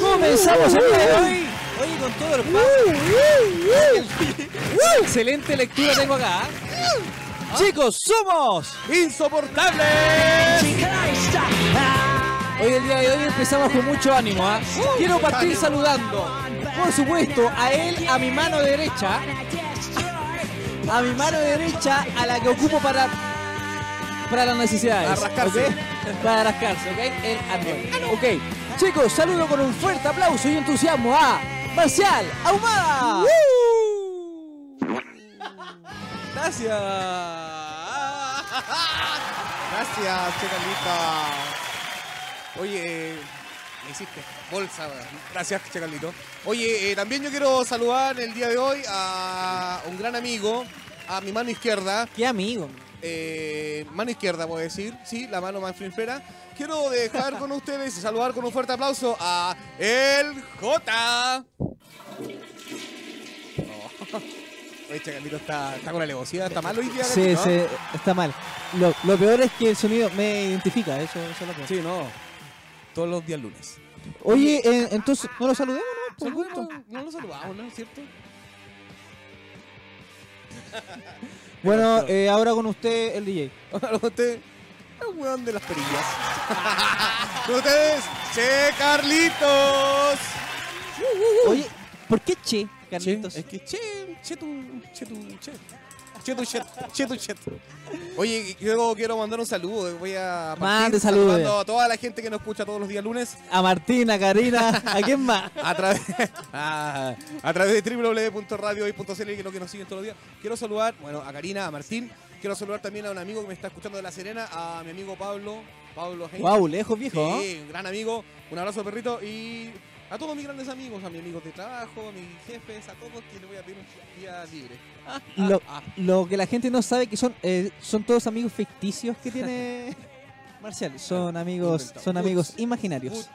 comenzamos el día de hoy. Oye, con todo el paso. Excelente lectura tengo acá. ¿ah? Chicos, somos insoportables. Hoy el día de hoy empezamos con mucho ánimo. ¿ah? Quiero partir saludando, por supuesto, a él, a mi mano derecha. A mi mano derecha, a la que ocupo para, para las necesidades. Para rascarse. ¿ok? Para rascarse, ¿ok? El Android. Ok. Chicos, saludo con un fuerte aplauso y entusiasmo a Marcial Ahumada. Gracias. Gracias, che Carlita. Oye, eh, me hiciste bolsa. weón. Gracias, che Carlito. Oye, eh, también yo quiero saludar el día de hoy a un gran amigo, a mi mano izquierda. Qué amigo. eh, mano izquierda, puedo decir, sí, la mano más flinfera. Quiero dejar con ustedes y saludar con un fuerte aplauso a el J. Oh. Oye, che Carlito este está, está con la levosidad, está mal hoy día. Sí, ¿no? sí, está mal. Lo, lo peor es que el sonido me identifica, eso, eso es lo peor. Sí, no. Todos los días lunes. Oye, eh, entonces, ¿no lo saludemos, no? Por gusto. no lo saludamos, ¿no? ¿Cierto? Bueno, eh, ahora con usted el DJ. Ahora usted es un weón de las perillas. Con ustedes, Che Carlitos. Oye, ¿por qué Che, Carlitos? Che, es que Che, Che tu, Che tu, Che. Che tu, Che, Che tu, Che. Oye, yo quiero mandar un saludo. Voy a partir Mande saludos. saludando a toda la gente que nos escucha todos los días lunes. A Martina, Karina, ¿a quién más? a través, ah, a través de www.radiohoy.cl, que es lo que nos siguen todos los días. Quiero saludar, bueno, a Karina, a Martín. Quiero saludar también a un amigo que me está escuchando de La Serena, a mi amigo Pablo. Pablo Hein. Wow, lejos viejo. ¿eh? Sí, un gran amigo. Un abrazo, perrito. Y a todos mis grandes amigos, a mis amigos de trabajo, a mis jefes, a todos que les voy a pedir un día libre. Ah, ah, Lo, ah. lo que la gente no sabe que son eh, son todos amigos ficticios que tiene Marcial. Son amigos, son amigos imaginarios.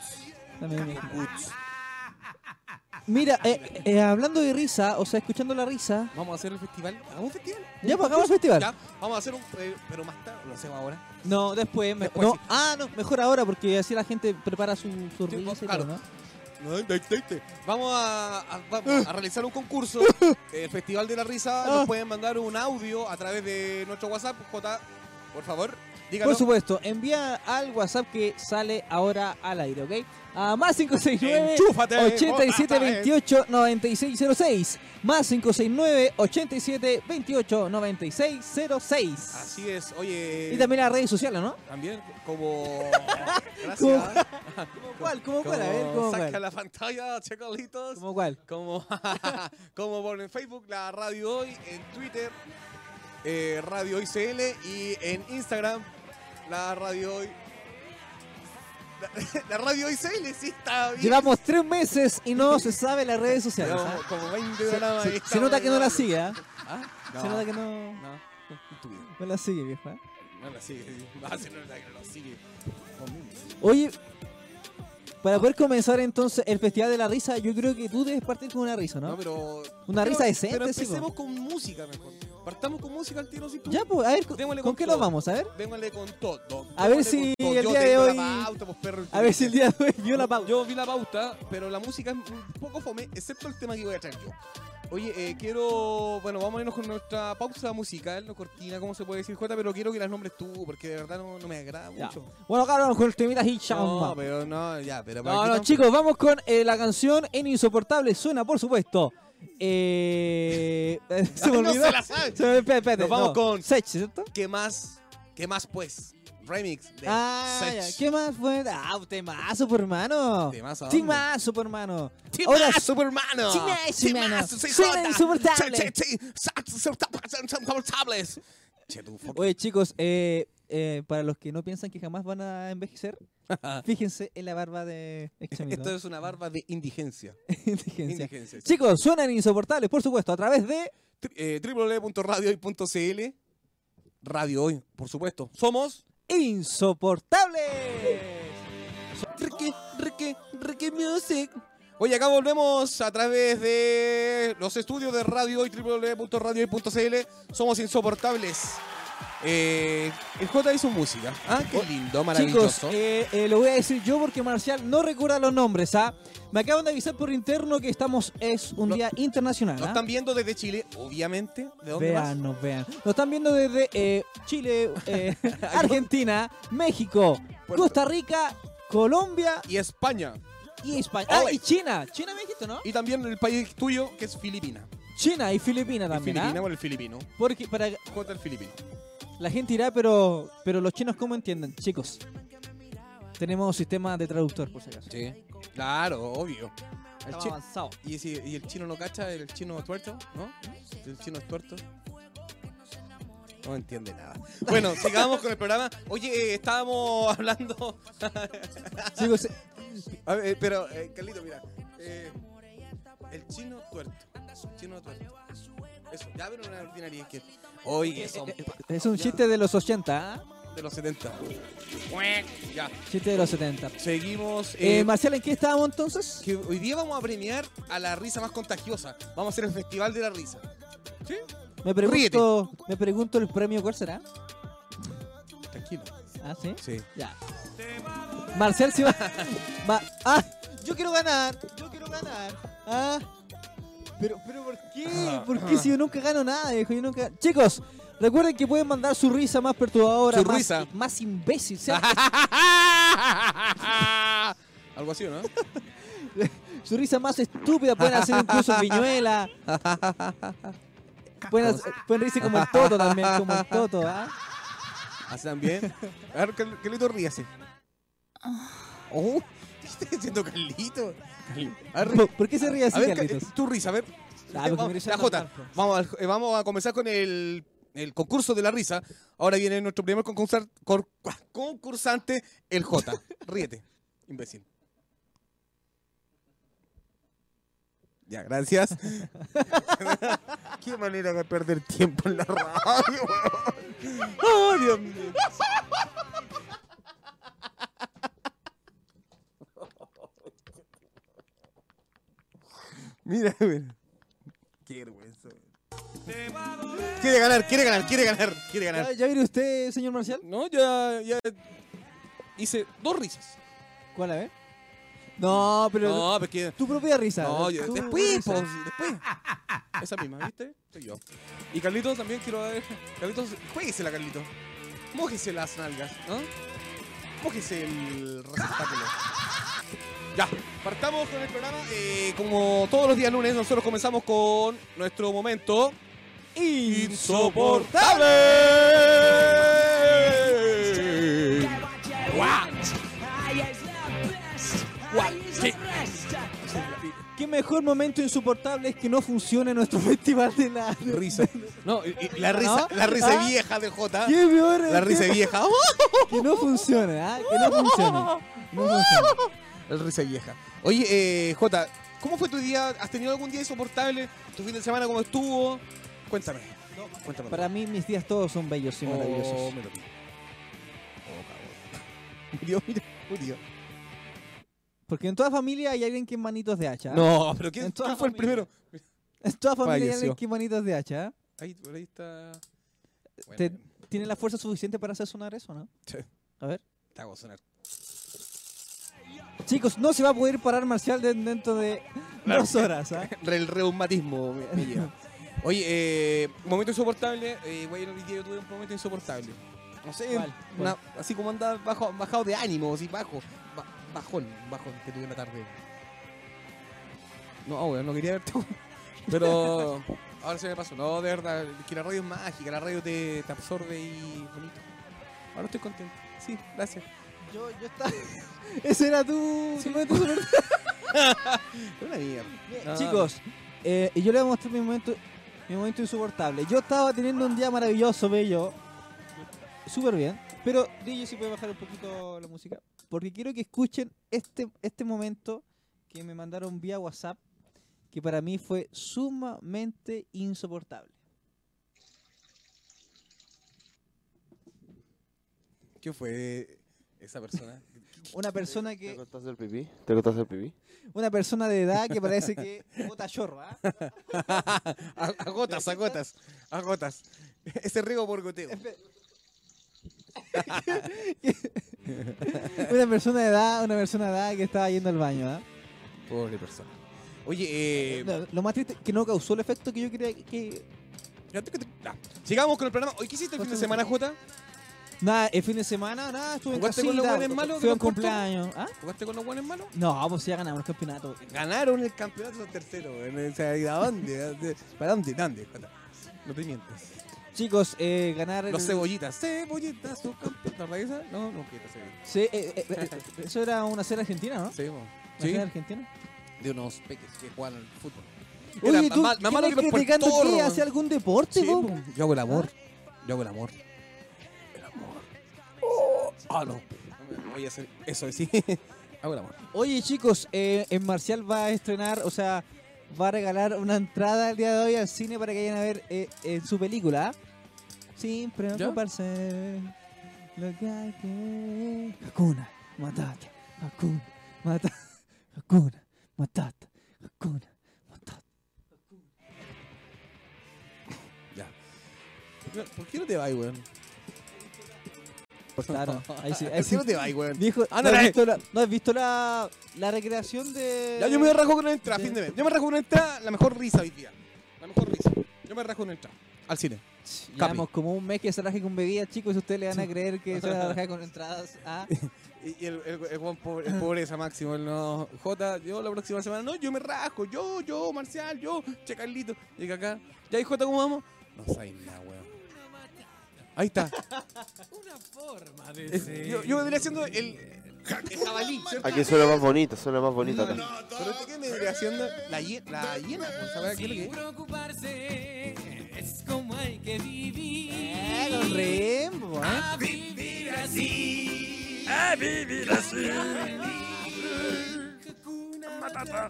Son amigos imaginarios. Mira, eh, eh, hablando de risa, o sea, escuchando la risa, Vamos a hacer el festival. ¿Hagamos un festival? ya pues, hagamos el festival. Ya, vamos a hacer un. eh, pero más tarde, lo hacemos ahora. No, después, me- Después no, sí. ah, no, mejor ahora porque así la gente prepara su, su Sí, risa y claro. todo, ¿no? No, no, no, no. Vamos a, a- vamos a realizar un concurso. El Festival de la Risa. Ah. Nos pueden mandar un audio a través de nuestro WhatsApp. J, por favor, díganos. Por supuesto, envía al WhatsApp que sale ahora al aire, ¿ok? A más 569 Enchúfate, 87 28 96 06. Más 569 87 28 96 06. Así es. Oye. Y también las redes sociales, ¿no? también como. Gracias. Como- ¿Cómo cuál? ¿Cómo Como cuál? A ver, ¿cómo saca cuál? la pantalla, chacolitos. ¿Cómo cuál? Como, como por en Facebook, la Radio Hoy, en Twitter, eh, Radio Hoy CL y en Instagram, la Radio Hoy. La, la Radio Hoy CL, sí, está bien. Llevamos tres meses y no se sabe las redes sociales. ¿ah? Llevamos como 20 Se, programas se- ahí, se nota que no la estamos- sigue, ¿ah? ¿Ah? No, Se nota que no, no, no, tu vida. no la sigue, viejo. ¿ah? No la sigue. sí. No, se nota que no la sigue. Oye, para poder comenzar entonces el Festival de la Risa, yo creo que tú debes partir con una risa, ¿no? No, pero. Una risa decente, sí, Pero po. empecemos con música mejor. Partamos con música al tiro si tú. Ya, pues, a ver, ¿con, Démosle con con qué todo. nos vamos? A ver. Véngale con todo. A ver véngale si con todo. el Yo día de tengo la hoy- pauta, pues, perro. A ver si el día de hoy vio la pauta. Yo vi la pauta, pero la música es un poco fome, excepto el tema que voy a traer yo. Oye, eh, quiero. Bueno, vamos a irnos con nuestra pausa musical, no cortina, como se puede decir, Jota, pero quiero que las nombres tú, porque de verdad no, no me agrada Ya. mucho. Bueno, cabrón, con el temita y chamba. No, pero no, ya, pero. No, aquí no, tam- chicos, vamos con eh, la canción En Insoportable Suena, por supuesto. Eh, se me Ay, no olvidó. se la sabe. Se me- espérate, espérate, Nos vamos no. con- Sech, ¿cierto? ¿Qué más? ¿Qué más, pues? Remix de Ah, Sech. ya. ¿qué más fue? Ah, temazo, por hermano. Temazo, ¿a dónde? Temazo, por hermano. Temazo, Ahora sí, supermano. Temazo, hermano. sí, Suena Jota. insoportable. Che, che, che, sa- sa- insoportables. Che, tu fucking- Oye, chicos, eh, eh, para los que no piensan que jamás van a envejecer, fíjense en la barba de Examito. Esto es una barba de indigencia. Indigencia. indigencia sí. Chicos, suenan insoportables, por supuesto, a través de Tri- eh, www.radiohoy.cl Radio Hoy, por supuesto. Somos Insoportables. Ricky, Ricky, Ricky Music. Oye, acá volvemos a través de los estudios de Radio Hoy, www.radiohoy.cl. Somos insoportables. Eh, el J hizo música. Ah, qué lindo, Oh, Chicos, maravilloso. eh, eh, lo voy a decir yo porque Marcial no recuerda los nombres, ¿ah? Me acaban de avisar por interno que estamos, es un No- día internacional, Nos ¿ah? están viendo desde Chile, obviamente. ¿De dónde Vean, nos vean. Nos están viendo desde eh, Chile, eh, Argentina, México, Puerto- Costa Rica, Colombia más? Y España. y España. Ah, Oye. y China. China me dijiste, ¿no? Y también el país tuyo, que es Filipina. China y Filipinas también, ¿ah? Filipina por el filipino. Porque para J el filipino. la gente irá, pero pero los chinos cómo entienden, chicos. Tenemos sistema de traductor por si acaso. Sí. Claro, obvio. El Estamos chi- avanzados. ¿Y, si, ¿Y el chino no cacha? ¿El chino es tuerto? ¿No? ¿El chino es tuerto? No entiende nada. Bueno, sigamos con el programa. Oye, eh, estábamos hablando. Chicos, A ver, eh, pero, eh, Carlito, mira. eh, el chino tuerto. Chino tuerto. Eso, ya vieron una ordinaria que. Eh, Oye, son Es un chiste de los 80, ¿ah? de los 70. Ya, Chiste de los 70. seguimos. Eh, eh, Marcial, ¿en qué estábamos entonces? que hoy día vamos a premiar a la risa más contagiosa. Vamos a hacer el Festival de la Risa. Me pregunto, me pregunto el premio, ¿cuál será? Tranquilo. Ah, ¿sí? Sí. Ya. Marcial se va. va- ¡Ah! Yo quiero ganar. Yo quiero ganar. Ah. Pero, pero ¿por qué? ¿Por qué si yo nunca gano nada, viejo? Yo nunca. Chicos, recuerden que pueden mandar su risa más perturbadora, Su más, risa. más imbécil. sea- Algo así, ¿no? su risa más estúpida. Pueden hacer incluso viñuela. Pueden, hacer- pueden reírse como el toto también, como el toto, ¿ah? Así también. A ver, Car- Carlito, ríase. Oh, ¿Qué está diciendo Carlito? A ver, ¿Por, por qué se ríe así, a ver, Carlitos? Ca- tu risa, a ver. Ah, porque Vamos- mi risa la no Jota. marca. Vamos, al- eh, vamos a comenzar con el, el concurso de la risa. Ahora viene nuestro primer concursar- cor- concursante, el J. Ríete, imbécil. Ya, gracias. Qué manera de perder tiempo en la radio. weón. Ay, Oh, Dios mío. Mira, mira. Qué vergüenza. weón. Quiere ganar, quiere ganar, quiere ganar, quiere ganar. ¿Ya, ya viene usted, señor Marcial? No, ya, ya hice dos risas. ¿Cuál a ver? No, pero No, porque tu propia risa. No, yo- tu después, risa. po, sí, después. Esa misma, ¿viste? Soy yo. Y Carlitos también quiero ver. Carlitos, juéguesela, Carlitos. Mójese las nalgas, ¿no? Mójese el receptáculo. Ya, partamos con el programa. Eh, como todos los días lunes, nosotros comenzamos con nuestro momento. ¡Insoportable! ¡Guau! Guau, sí. Qué mejor momento insoportable es que no funcione nuestro festival de la Risa. No, y- y la risa, ¿No? la risa ¿Ah? vieja de Jota. Qué peor La es risa que, vieja. que no funcione, ¿ah? Que no funcione. No funcione. El risa vieja. Oye, eh, Jota, ¿cómo fue tu día? ¿Has tenido algún día insoportable? ¿Tu fin de semana cómo estuvo? Cuéntame. Cuéntame. Para mí mis días todos son bellos y Oh, maravillosos. me lo pido. Oh, cabrón. Murió, mira, murió. Porque en toda familia hay alguien que es manitos de hacha. ¿ah? No, pero ¿quién, En toda quién fue el familia. primero? En toda familia hay Falleció. alguien que es manitos de hacha. ¿ah? Ahí, por ahí está. Bueno, ¿Te- ¿Tiene la fuerza suficiente para hacer sonar eso, no? Sí. A ver. te hago sonar. Chicos, no se va a poder parar Marcial de- dentro de dos horas, ¿ah? El reumatismo me, me lleva. Oye, eh, momento insoportable. Eh, bueno, hoy día yo tuve un momento insoportable. No sé, ¿Cuál? una- así como andaba bajo, bajado de ánimo, así bajo. ba- bajón, bajón que tuve en la tarde. No, bueno, no quería verte. weón. Pero ahora se me pasó. No, de verdad, que la radio es mágica, la radio te, te absorbe y bonito. Ahora estoy contento. Sí, gracias. Yo, yo estaba. Ese era tu. tu momento super- Es una mierda. No, Chicos, eh, y yo les voy a mostrar mi momento, mi momento insoportable. Yo estaba teniendo un día maravilloso, bello. Súper bien. Pero, DJ, si puede bajar un poquito la música. Porque quiero que escuchen este, este momento que me mandaron vía WhatsApp. Que para mí fue sumamente insoportable. ¿Qué fue esa persona? Una persona ¿Te que. cortas el pipí? ¿Te cortas el pipí? Una persona de edad que parece que bota chorro, ¿ah? a, a gotas, a gotas, a gotas. Ese riego por goteo. Espe- Una persona de edad, una persona de edad que estaba yendo al baño, ¿ah? Pobre persona. Oye, eh, No, Lo más triste es que no causó el efecto que yo quería que... fíjate que te- ah, sigamos con el programa. ¿Hoy qué hiciste el fin de semana, Jota? Nada, el fin de semana, nada, estuve en ¿Jugaste con casita, los hueones malos que fui a un nos cortó? cumpleaños. ¿Ah? ¿Jugaste con los buenos malos? No, pues ya ganamos el campeonato. Ganaron el campeonato los terceros. weón. O sea, ¿y ¿a dónde? ¿Para dónde? ¿Dónde, Jota? No te mientas. Chicos, eh, ganar... Los el- cebollitas. Cebollitas, su campeón. ¿La raíz? No, no, que está cebollita. Sí, eh, eh, eh, eso era una cena argentina, ¿no? Sí, po. ¿Una Sí, cena argentina? de unos peques que juegan al fútbol. Era Oye, más ¿tú mal- más qué malo estás que los criticando puertorros, qué? weón. ¿Hace algún deporte, Sí, pues. vos? po. yo hago el amor. Ah. Yo hago el amor. El amor. Oh, ah, no. No me Voy a hacer eso, sí. hago el amor. Oye, chicos, eh, en Marcial va a estrenar, o sea, va a regalar una entrada el día de hoy al cine para que vayan a ver eh, eh, su película. ¿ah? Sin preocuparse. Lo que hay que ver. Hakuna, matata. Hakuna, matata. Hakuna, matata. Hakuna, matata. Ya. No, ¿Por qué no te vas, weón? Ah, Claro, ahí sí, ahí ¿Por sí. qué no te vas, weón? Dijo, ¿no Ándale. has visto la, no has visto la, la recreación de. Ya, yo me rajo con una entrada, fin de mes. Yo me rajo con una entrada, la mejor risa hoy día. La mejor risa. Yo me rajo con una entrada. Al cine. Capi. Llevamos como un mes que se raje con bebidas, chicos, y ustedes le van a creer que se van a rajar con entradas ¿Ah? a. Y, y el, el, el weón pobre, el pobreza máximo, el no. J, yo la próxima semana, no, yo me rajo, yo, yo, Marcial, yo, che Carlito. Llega acá. ¿Ya y J cómo vamos? No sabes nada, weón. Ahí está. Es- yo, yo vendría siendo el, el jabalí, ¿cierto? Aquí suena más bonito, suena más bonito acá. Pero este que me vendría siendo la, hie- la hiena, pues, ¿sabes qué es lo que Sin es? preocuparse, es como hay que vivir. Ah, Eh, don Rembo, ¿eh? A vivir así. Hakuna Matata.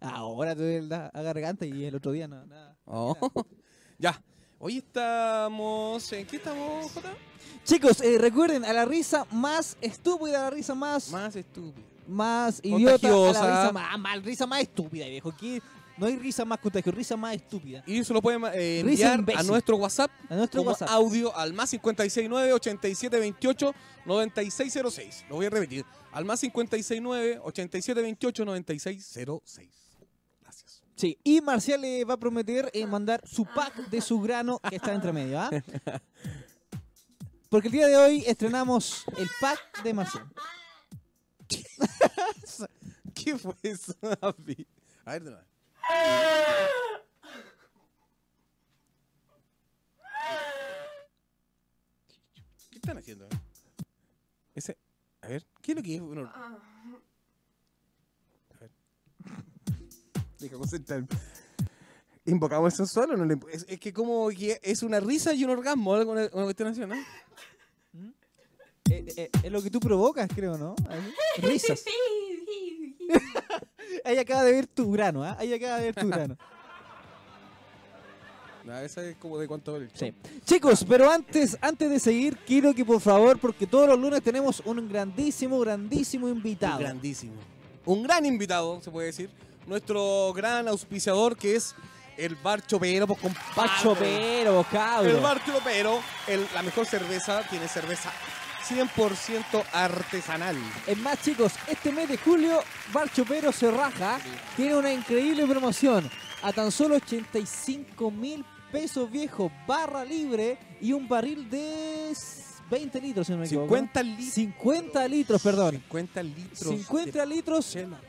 Ahora te duele la garganta y el otro día no, nada. Oh, Ya. Hoy estamos. ¿En qué estamos, Jota? Chicos, eh, recuerden, a la risa más estúpida, a la risa más, más, Más estúpido. idiota, a la Contagiosa. risa más, más- risa más estúpida, viejo. Aquí no hay risa más contagio, risa más estúpida. Y eso lo pueden eh, Risa enviar a imbécil. nuestro WhatsApp A nuestro como WhatsApp. audio al más 569 8728 9606. Lo voy a repetir. Al más 569 8728 9606. Gracias. Sí. Y Marcial le va a prometer eh, mandar su pack de su grano que está entre medio, ¿ah? Porque el día de hoy estrenamos el pack de Marcial. ¿Qué fue eso, Abby? A ver, de nuevo. ¿Qué están haciendo? eh? Ese. A ver, ¿qué es lo que es? Bueno, a ver. Deja concentrar. ¿Invocamos eso solo? No le- es, es que como que es una risa y un orgasmo, algo, una, una cuestión así, ¿no? Eh, eh, es lo que tú provocas, creo, ¿no? Ahí. Risas. Ahí acaba de ver tu grano, ¿ah? Ahí acaba de ver tu grano. No, esa es como de cuánto vale el Sí. show. Chicos, pero antes, antes de seguir, quiero que por favor, porque todos los lunes tenemos un grandísimo, grandísimo invitado. Un grandísimo. Un gran invitado, se puede decir. Nuestro gran auspiciador que es el Bar Chopero, pues con Pacho Pero, El cabrón. Bar Chopero, el- la mejor cerveza, tiene cerveza 100% artesanal. Es más, chicos, este mes de julio, Barcho Pero se raja. Tiene una increíble promoción. A tan solo 85 mil pesos viejos, barra libre y un barril de s- 20 litros, si no me equivoco. 50 litros. 50 litros, perdón. 50 litros. 50 de litros chela.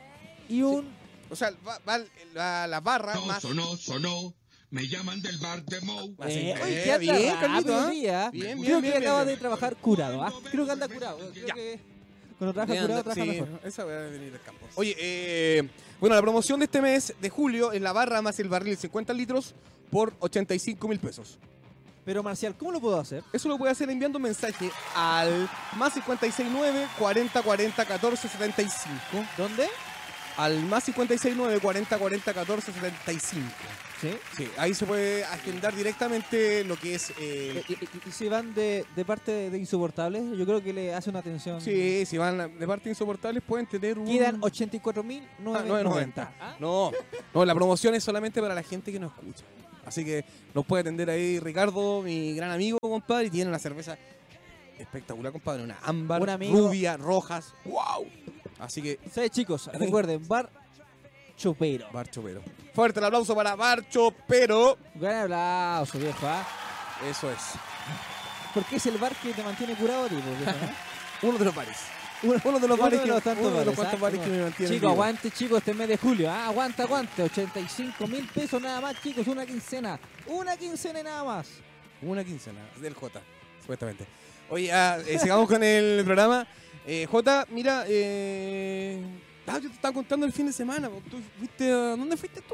y un... O sea, va, va la, la barra No, más. sonó, sonó. Me llaman del bar de Mou. más Eh, increíble. oye, que anda Bien, rápido Carlito, hoy ¿ah? día. Bien, Creo bien, que bien, acaba bien. de trabajar curado, ¿ah? Creo que anda curado. Creo Ya. que cuando trabaja Leandro, curado, trabaja sí, mejor. Esa va a venir del campo. Oye, eh, bueno, la promoción de este mes de julio es la barra más el barril 50 litros por 85 mil pesos. Pero, Marcial, ¿cómo lo puedo hacer? Eso lo puede hacer enviando un mensaje al más 569 40 40 14 75. ¿Dónde? Al más 569 40 40 14 75. Sí. Sí, ahí se puede agendar directamente lo que es. eh, Eh, Y, y- y si van de, de parte de, de Insoportables, yo creo que le hace una atención. sí, si van de parte insoportables pueden tener un. Quedan Ah, 9.90. 84.990. ¿Ah? No, no, la promoción es solamente para la gente que nos escucha. Así que nos puede atender ahí Ricardo, mi gran amigo, compadre, y tiene una cerveza espectacular, compadre. Una ámbar, Un amigo. rubia, rojas. ¡Wow! Así que, ¿Sabes, chicos? Recuerden, Bar Chopero. Barcho Pero. Fuerte el aplauso para Barcho Pero. Gran aplauso, viejo, ¿ah? Eso es. Porque es el bar que te mantiene curado, tipo, viejo, ¿no? Uno de los pares. Uno, de los bares que- tantos uno de bares, los cuantos ¿ah? bares que me mantienen Chicos, vivo. aguante, chicos, este mes de julio. ¿ah? Aguanta, aguante. 85 mil pesos nada más, chicos. Una quincena. Una quincena y nada más. Una quincena del J, supuestamente. Oye, ah, eh, sigamos con el programa. Eh, J, mira, eh... ah, yo te estaba contando el fin de semana. po. ¿Tú fuiste a... ¿Dónde fuiste tú?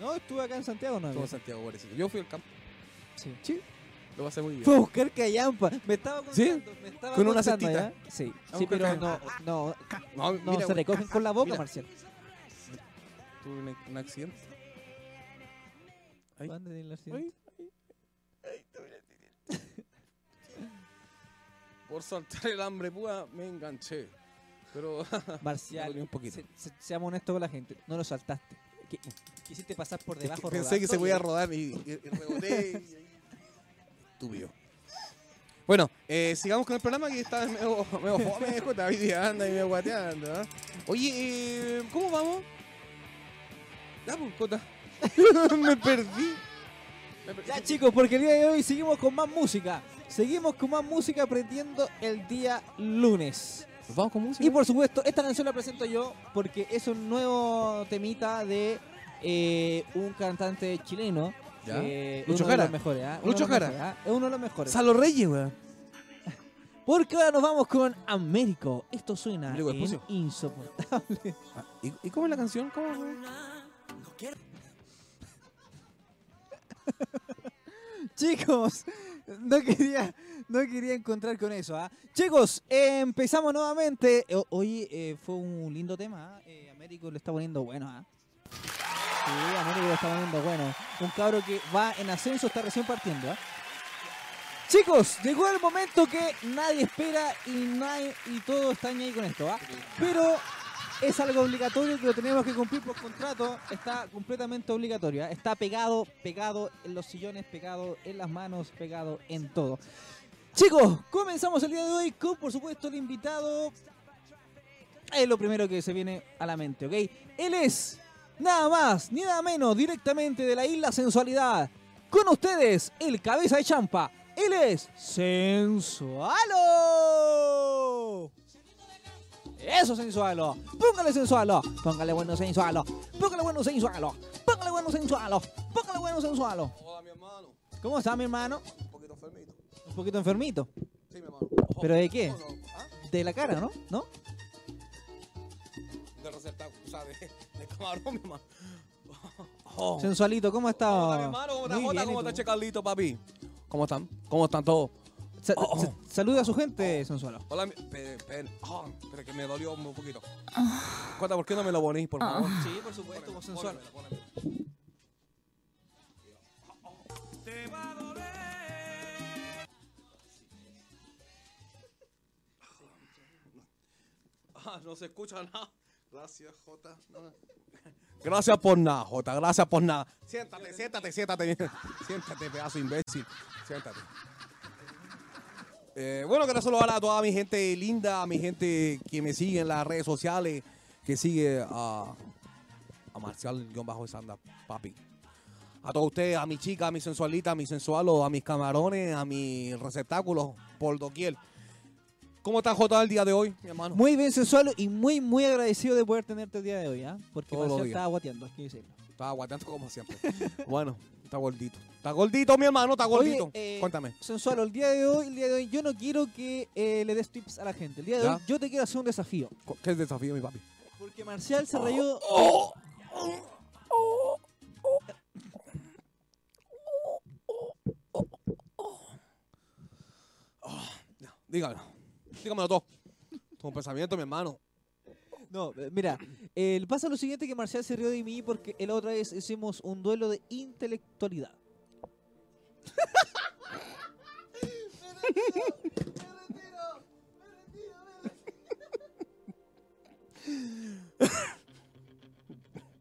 No, estuve acá en Santiago, ¿no? Todo Santiago, pobrecito. Yo fui al campo. Sí. Lo pasé muy bien. Fue a buscar callampa. Me estaba contando. Me estaba Con una contando, cestita. ¿ya? Sí, A sí, buscar pero no, callampa. no, No, no mira, se güey, recogen con la boca, Mira. Marcial. tuve un, un accidente. Ay. ¿Dónde tiene la cesta? Ay, Ay, tuve un accidente. Por soltar el hambre púa me enganché. Pero Me Marcial, dolió un poquito. se- se- seamos honestos con la gente. No lo saltaste. Qui- Quisiste pasar por Es que debajo. pensé que se voy podía rodar y, y- y reboté. y- Estúpido. Bueno, eh, sigamos con el programa que está medio, medio fome, Jota, hoy día anda y medio guateando. ¿ah? Oye, eh, ¿cómo vamos? Ya, pues, Jota. Me perdí. Me perdí. Ya chicos, porque el día de hoy seguimos con más música. Seguimos con más música aprendiendo el día lunes. Vamos con música. Y por supuesto, esta canción la presento yo porque es un nuevo temita de eh, un cantante chileno. Ya. eh, Lucho uno Jara. de los mejores, ¿ah? Uno Lucho de los Jara. mejores, ¿ah? Es uno de los mejores. Salo Reyes, weón. Porque ahora nos vamos con Américo. Esto suena Américo en Vespucio. insoportable. Ah, ¿Y, y cómo es la canción? ¿Cómo fue? Chicos, no quería, no quería encontrar con eso. ¿ah? Chicos, eh, empezamos nuevamente. O- hoy eh, fue un lindo tema. ¿ah? Eh, Américo lo está poniendo bueno. ¿ah? Sí, Américo lo está poniendo bueno. Un cabro que va en ascenso, está recién partiendo. ¿ah? Chicos, llegó el momento que nadie espera y nadie y todos están ahí con esto. ¿ah? Pero es algo obligatorio que lo tenemos que cumplir por contrato. Está completamente obligatorio. ¿eh? Está pegado, pegado en los sillones, pegado en las manos, pegado en todo. Chicos, comenzamos el día de hoy con, por supuesto, el invitado. Es lo primero que se viene a la mente, ¿ok? Él es nada más ni nada menos directamente de la isla Sensualidad. Con ustedes, el cabeza de champa. Él es Sensualo. Eso sensualo. Póngale sensualo. Póngale bueno sensualo. Póngale bueno sensualo. Póngale bueno sensualo. Póngale bueno sensualo. Hola, mi hermano. ¿Cómo está mi hermano? Un poquito enfermito. Un poquito enfermito. Sí, mi hermano. ¿Pero de qué? No, no, ¿ah? De la cara, ¿no? ¿No? De resaltar, o sea, de, de camarón, mi hermano. Sensualito, ¿cómo está? ¿Cómo está, mi hermano? ¿Cómo está, Ah, Muy Jota? bien, ¿y ¿Cómo tú? está, Che Carlito, papi? ¿Cómo están? ¿Cómo están todos? Sa- Oh, oh. sa- Saluda a su gente, sensualo. Hola, mi- pe- pe- ah, pero que me dolió un poquito. Jota, ¿por qué no me lo ponís, por favor? Ah. Sí, por supuesto, sensual. Pónemelo, pónemelo. Ah, no se escucha nada. Gracias, Jota. No. Gracias por nada, Jota. Gracias por nada. Siéntate, siéntate, siéntate. Siéntate, pedazo imbécil. Siéntate. Eh, bueno, quiero saludar a toda mi gente linda, a mi gente que me sigue en las redes sociales, que sigue a, a Marcial-Sanda, papi. A todos ustedes, a mi chica, a mi sensualita, a mi sensualo, a mis camarones, a mis receptáculos por doquier. ¿Cómo estás, Jota, el día de hoy, mi hermano? Muy bien, sensualo, y muy, muy agradecido de poder tenerte el día de hoy, ¿ah? Porque Todos los Marcial días. estaba guateando, hay que decirlo. Estaba aguantando como siempre. bueno, está gordito. Está gordito, mi hermano, está gordito. Oye, eh, Cuéntame. Sensualo, el día de hoy, el día de hoy, yo no quiero que eh, le des tips a la gente. El día de ¿Ya? hoy, yo te quiero hacer un desafío. cu- ¿Qué es el desafío, mi papi? Porque Marcial Oh. se rayó. Ya, Dígamelo. Dígamelo todo. Tu pensamiento, mi hermano. No, eh, mira, el pasa lo siguiente que Marcial se rió de mí porque la otra vez hicimos un duelo de intelectualidad.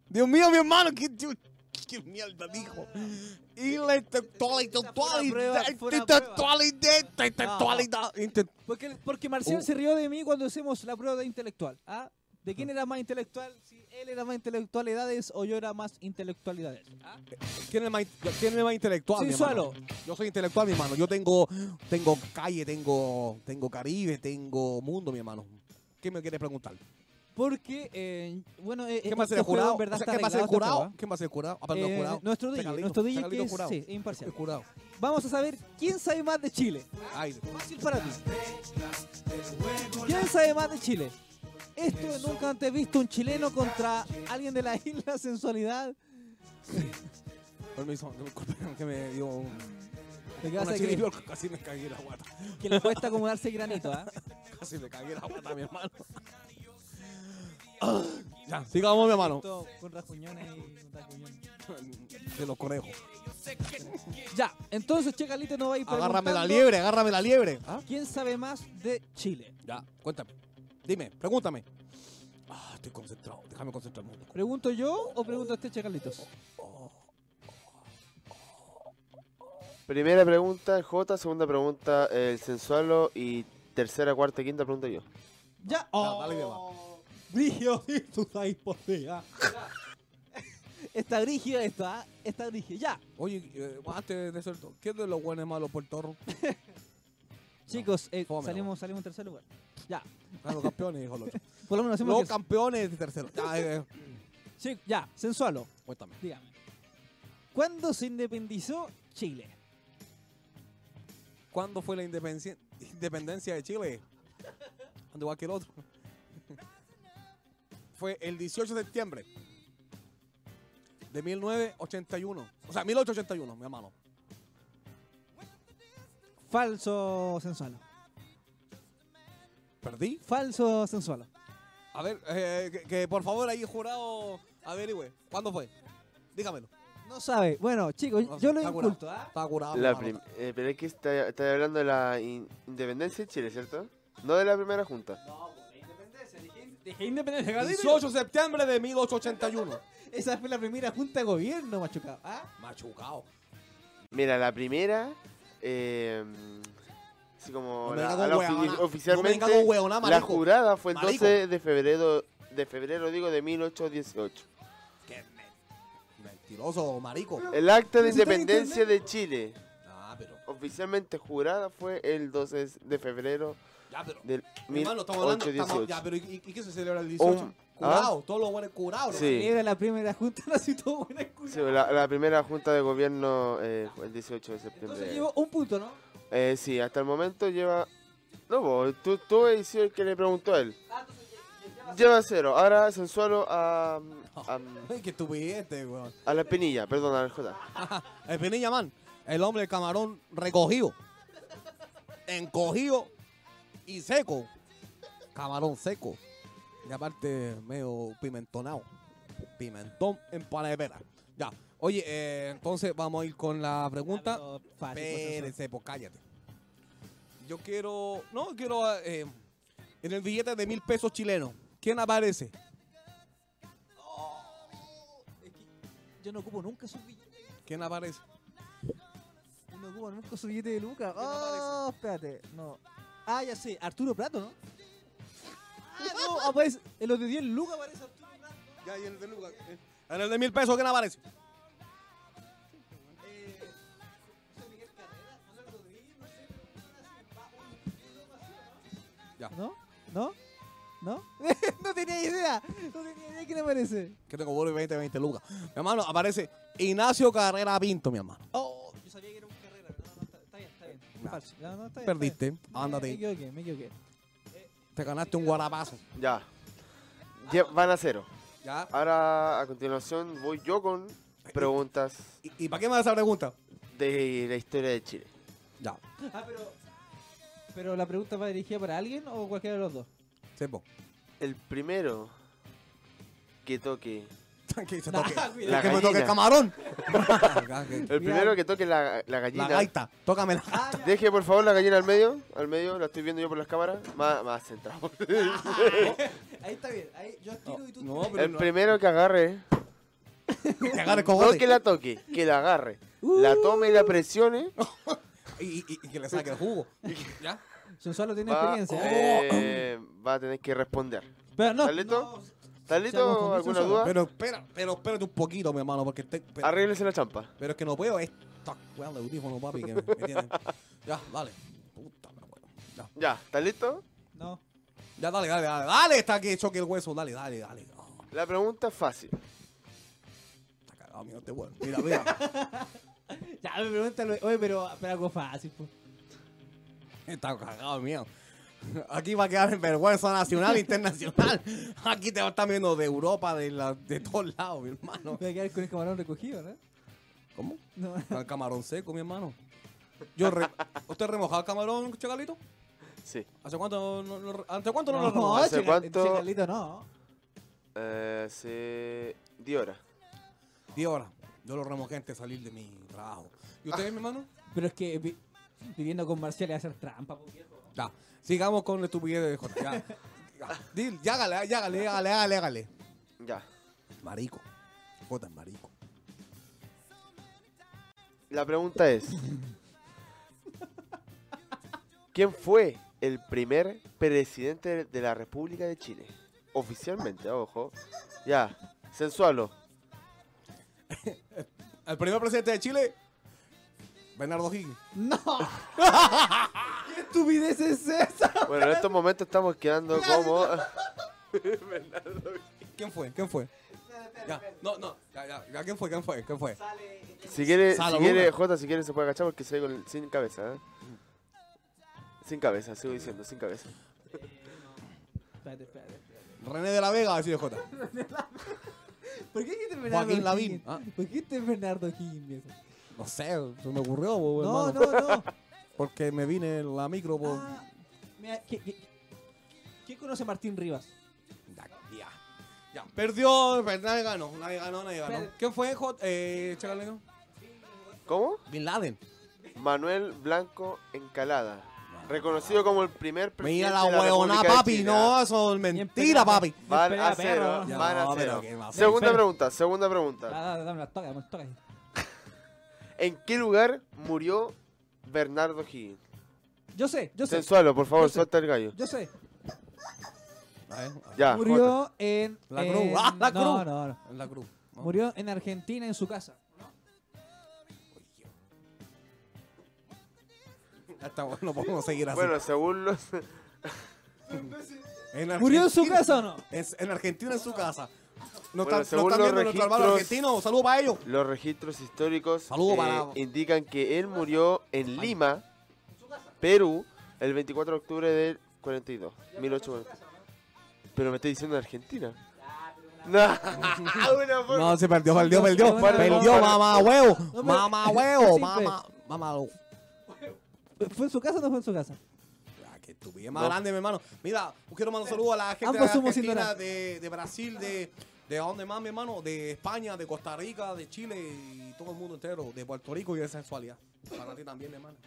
Dios mío, mi hermano, ¿qué, tío? qué mierda dijo. Intelectual, Fue una prueba, intelectualidad, fue una prueba. intelectualidad, intelectualidad, inte- Porque, porque Marcial Oh. se rió de mí cuando hicimos la prueba de intelectual. ¿ah? ¿De quién era más intelectual? Si él era más intelectualidades o yo era más intelectualidades. ¿ah? ¿Quién es más, in- quién es más intelectual, Sin mi hermano? suelo. Yo soy intelectual, mi hermano. Yo tengo, tengo calle, tengo, tengo Caribe, tengo mundo, mi hermano. ¿Qué me quieres preguntar? Porque, eh, bueno, eh, ¿Qué va a este ser juego el en jurado? verdad O sea, está ¿Quién va a ser el arreglado, esta jurado? ¿Quién va a ser el jurado? Ah, perdón, Eh, jurado. nuestro DJ, Regalito, nuestro DJ regalito que es- jurado. sí, es imparcial. El jurado. prueba. Vamos a saber quién sabe más de Chile. Ay, Fácil para ti. ¿Quién sabe más de Chile? Esto nunca antes visto un chileno contra alguien de la isla sensualidad. permiso, disculpen que me dio un... Lo que pasa Una es que, chiripiorca, casi me cagué la guata. que le cuesta acomodarse granito, ¿ah? Casi me cagué la guata, mi hermano. Ah, ya, sigamos, mi hermano. Todo Con rasguñones y con rasguñones. De los conejos. Ya, entonces Che Calito nos va a ir Agárrame la preguntando liebre, agárrame la liebre. ¿Ah? ¿Quién sabe más de Chile? Ya, cuéntame. Dime, pregúntame. Ah, estoy concentrado. Déjame concentrarme. un poco. ¿Pregunto yo o pregunto a este Che Carlitos? Primera pregunta, el J. Segunda pregunta, el sensualo. Y tercera, cuarta, quinta pregunta yo. Ya. Ah, dale que va. Brigio, tú sabes por qué, ah. Está brigio esto, ¿ah? Está brigio. Ya. Oye, eh, antes de eso, ¿quién de los buenos malos por toro? Chicos, eh, fome, salimos, salimos en tercer lugar. Ya. Ah, los campeones, dijo el otro. Por lo menos hacemos Los que- campeones de tercero. Ya, eh, eh, Sí, ya, sensualo, cuéntame. dígame. ¿Cuándo se independizó Chile? ¿Cuándo fue la independencia, independencia de Chile? Cuando igual que el otro. fue el 18 de septiembre de 1981. O sea, 1881, mi hermano. Falso sensualo. ¿Perdí? Falso sensualo. A ver, eh, que, que por favor ahí jurado averigüe. ¿Cuándo fue? Dígamelo. No sabe. Bueno, chicos, No, yo lo está curado. inculto, ¿ah? Está curado. mi La hermano. prim- eh, pero es que está, está hablando de la in- independencia de Chile, ¿cierto? No de la primera junta. Dije independencia, 18 de septiembre de 1881. Esa fue la primera junta de gobierno, machucado, ¿ah? Machucao. Mira, la primera. eh, así como. No me la- venga con la huevona. ofi- No me venga oficialmente. con huevona, la marico. jurada fue el Marico. 12 de febrero. De febrero, digo, de 1818. Qué me- mentiroso, marico. El acta de Pero si está en independencia de Chile, Ah, pero. oficialmente jurada, fue el 12 de febrero Ya, pero. del Mi hermano, estamos hablando. Estamos, 1818. ya, pero ¿y, y- y qué se celebra el 18? Un- ¿ah? curado. Todos los buenos curados. Sí. Era la primera junta, así todo buena escuela. Sí, la, la primera junta de gobierno eh, fue el 18 de septiembre. Entonces llevo un punto, ¿no? Eh, sí, hasta el momento lleva... No, vos, tú, tú has sido el que le preguntó a él. Lleva cero. Ahora sensualo a... a, Ay, qué estupidez, este, weón. a la espinilla, perdón, a la J. El Pinilla Man, el hombre del camarón recogido, encogido y seco. Camarón seco. Y aparte, medio pimentonado. Pimentón en pana de pera. Ya. Oye, eh, entonces vamos a ir con la pregunta. Ah, pero fácil, pues, sensual. Espérese, pues cállate. Yo quiero. No, quiero. eh, en el billete de mil pesos chileno, ¿quién aparece? Yo no ocupo nunca su billete. ¿Quién aparece? Yo no ocupo nunca su billete de Lucas. Oh, espérate. No. Ah, ya sé. Arturo Prato, ¿no? Ah, no, aparece. En los de 10 Lucas aparece Arturo Prato. Ya, y en el de Lucas, eh. En el de mil pesos, ¿quién aparece? Eh, José Miguel Carrera, José Rodríguez, no sé, pero va un individuo vacío, Ya. ¿No? ¿No? ¿No? no tenía idea. No tenía idea quién aparece. Que tengo bolos de 20, 20 lucas. Mi hermano, aparece Ignacio Carrera Pinto, mi hermano. Oh, yo sabía que era un carrera. No, no, está, está bien, está bien. Falso. No, no, está bien, está Perdiste, bien. Me ándate. equivoqué, me equivoqué. Te ganaste un guarapazo. Ya. Lle- van a cero. ¿Ya? Ahora, a continuación, voy yo con preguntas ¿Y, para qué me das esa pregunta? de la historia de Chile. Ya, Ah, pero. Pero la pregunta va dirigida para alguien o cualquiera de los dos. sepo. El primero que toque... Que se toque. La que me gallina. toque el camarón. Ya, que- El primero que toque la, la la gallina... gaita, tócame la Ah, Deje por favor la gallina al medio, al medio, la estoy viendo yo por las cámaras, más, más centrado. ahí está bien. Ahí yo tiro y tú. no, tiras. pero- El primero que agarre Te agarra el No cogote. que la toque, que la agarre. La tome y la presione. y, y- y que le saque el jugo. ¿Ya? Sonsuelo Ah, tiene Va, experiencia. ¿eh? eh, va a tener que responder. Pero no, ¿Estás listo? ¿Estás Ya vamos listo? con ¿Alguna Wilson duda? Pero espera, pero espérate un poquito, mi hermano, porque te- pero, Arréglese la champa. pero es que no puedo esta weá de audífono, papi, que me, me tienen. Ya, dale. Puta, me acuerdo. Ya, Ya, ¿estás listo? no. ya, dale, dale, dale, dale, está que choque el hueso, dale, dale, dale. Ah, La pregunta es fácil. está cagado, mira, este weón. Mira, mira. Ya, me pregúntalo. Oye, pero, pero algo fácil, pues. Está cagado, mío. Aquí va a quedar en vergüenza nacional, internacional. Aquí te va a estar viendo de Europa, de, la, de todos lados, mi hermano. Voy a quedar con el camarón recogido, ¿no? ¿Cómo? No. Al camarón seco, mi hermano. Yo re- ¿Usted remojaba el camarón, chagalito? Sí. ¿Hace cuánto no lo, ¿hace cuánto no, No, lo remojaba? ¿hace chica- cuánto? chicalito, no. Eh, hace 10 horas. Diez horas. Yo lo remojé antes de salir de mi trabajo. ¿Y usted, mi hermano? Pero es que vi- viviendo con Marcial es hacer trampa, pues, viejo. Ya. Sigamos con la estupidez de Jorge. Ya. ya. Dil, ya hágale, ya hágale, hágale, hágale, hágale. Ya. Marico. Jota, marico. La pregunta es: ¿Quién fue el primer presidente de la República de Chile? Oficialmente, ojo. Ya, sensualo. El primer presidente de Chile, Bernardo Higgins. ¡No! ¡Qué estupidez es esa! Bueno, en estos momentos estamos quedando como. ¿Quién fue? ¿Quién fue? Ya, no, no, ya, ya, ya, ¿quién fue? ¿Quién fue? ¿Quién fue? Si quiere, si Salo, quiere, Luna. Jota, si quiere se puede agachar porque se ve con- sin cabeza. ¿eh? Sin cabeza, sigo diciendo, sin cabeza. Espérate, espérate, espérate. René de la Vega, así de Jota. ¿Por qué dijiste Bernardo Joaquín Lavín, Higgins? ¿ah? ¿Por qué dijiste Bernardo Higgins, viejo? No sé, se me ocurrió, po, No, hermano. no, no. Porque me vine en la micro por. Ah, mira, ¿qué, qué, ¿Quién conoce a Martín Rivas? Ya, ya. Ya, Perdió, pero nadie ganó, nadie ganó, nadie ganó. Espérate. ¿Quién fue, J? Eh, Chagalero? ¿Cómo? Bin Laden. Manuel Blanco Encalada. Reconocido como el primer presidente Mira la de la huevona, República de papi. Chile, No, eso es mentira, papi. Van Despega, a cero, perro. van a No, pero cero. ¿qué va a ser? Segunda Pero- pregunta, segunda pregunta. Ah, dame las tocas, dame las tocas. ¿En qué lugar murió Bernardo Higgins? Yo sé, yo sé. Sensualo, por favor, Yo sé. suelta el gallo. Yo sé. A ver, a ver. Ya, Jota. Murió en. La en- Cruz. ¡Ah, la Eh, no, No, Cruz! no. En la cruz. ¿no? Murió en Argentina en su casa. Ya está bueno, no podemos seguir así. Bueno, según los... en ¿Murió en su Argentina- casa o no? Es- en Argentina, en su casa. No Bueno, están según viendo los nuestros hermanos registros- argentinos. Saludos para ellos. Los registros históricos Saludo eh, para- indican que él murió en Lima, Perú, el 24 de octubre del 42. 1840. Pero me está diciendo Argentina. No, una forma- No, se perdió, perdió, perdió. Bueno, Perdió, bueno. mamá huevo. pero- Mamá es huevo. simple. Mamá. Mamá huevo. ¿Fue en su casa o no fue en su casa? Ah, que estupidez más No. grande, mi hermano. Mira, quiero mandar un saludo a la gente Ambos de somos Argentina, ignorantes. de, de Brasil, de, de dónde más, mi hermano, de España, de Costa Rica, de Chile y todo el mundo entero, de Puerto Rico y de sensualidad. Para ti también, mi hermano.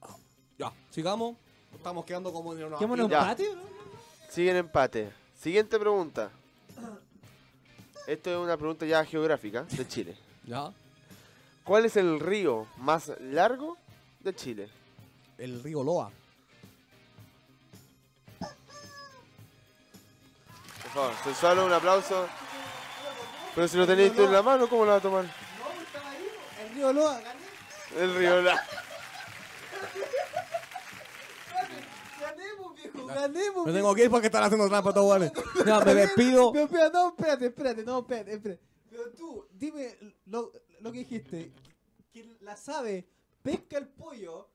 Ah, Ya, sigamos. Estamos quedando como en una- ¿Qué en un ya. patio? no? Sigue el empate. Siguiente pregunta. Esto es una pregunta ya geográfica de Chile. Ya, ¿Cuál es el río más largo de Chile? el río Loa. Por favor, sensualo, un aplauso. Pero si lo tenéis tú en la mano, ¿cómo lo vas a tomar? El río Loa, gané. El río la... Ganemos, viejo, ganemos. Me tengo que ir porque están haciendo trampa todos, vale. Ya, me Ganemos. despido. Pero, espera, no, espérate, espérate, no, espérate, espérate. Pero tú, dime lo, lo que dijiste. Que la sabe, pesca el pollo,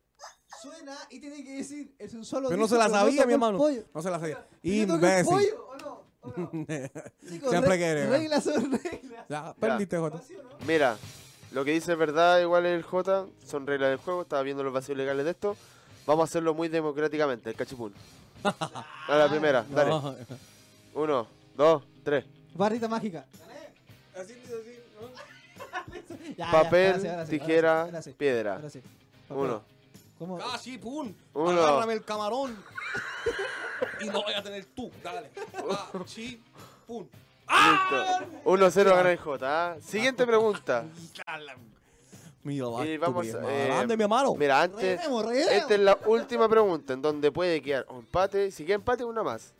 suena y tiene que decir, es un solo Pero no se la sabía, mi hermano. Pollo. No se la sabía. ¿Y yo toco el Imbécil. pollo o no? ¿O no? Chicos, Siempre re- quiere, ¿no? Reglas son reglas. Ya, perdiste, Jota. ¿Sí o no? Mira, lo que dice es verdad, igual el J, son reglas del juego, estaba viendo los vacíos legales de esto. Vamos a hacerlo muy democráticamente, el cachipún. A la primera, dale. No. Uno, dos, tres. Barrita mágica. Así, así, ¿no? Ya, ya, ahora sí, Papel, ahora sí, ahora sí, tijera, ahora sí, piedra. ahora sí. Papel. Uno. ¿Cómo? Casi, Ah, pum. Uno. Agárrame el camarón. y lo voy a tener tú. Dale. Casi, Ah, pum. Listo. 1-0 gana el J. ¿ah? Siguiente pregunta. Ah, Mi mamá. Y vamos, estúpida. eh, Grande, mi hermano. Mira, antes. Rellenemos, rellenemos. Esta es la última pregunta en donde puede quedar un empate. Si queda empate, una más.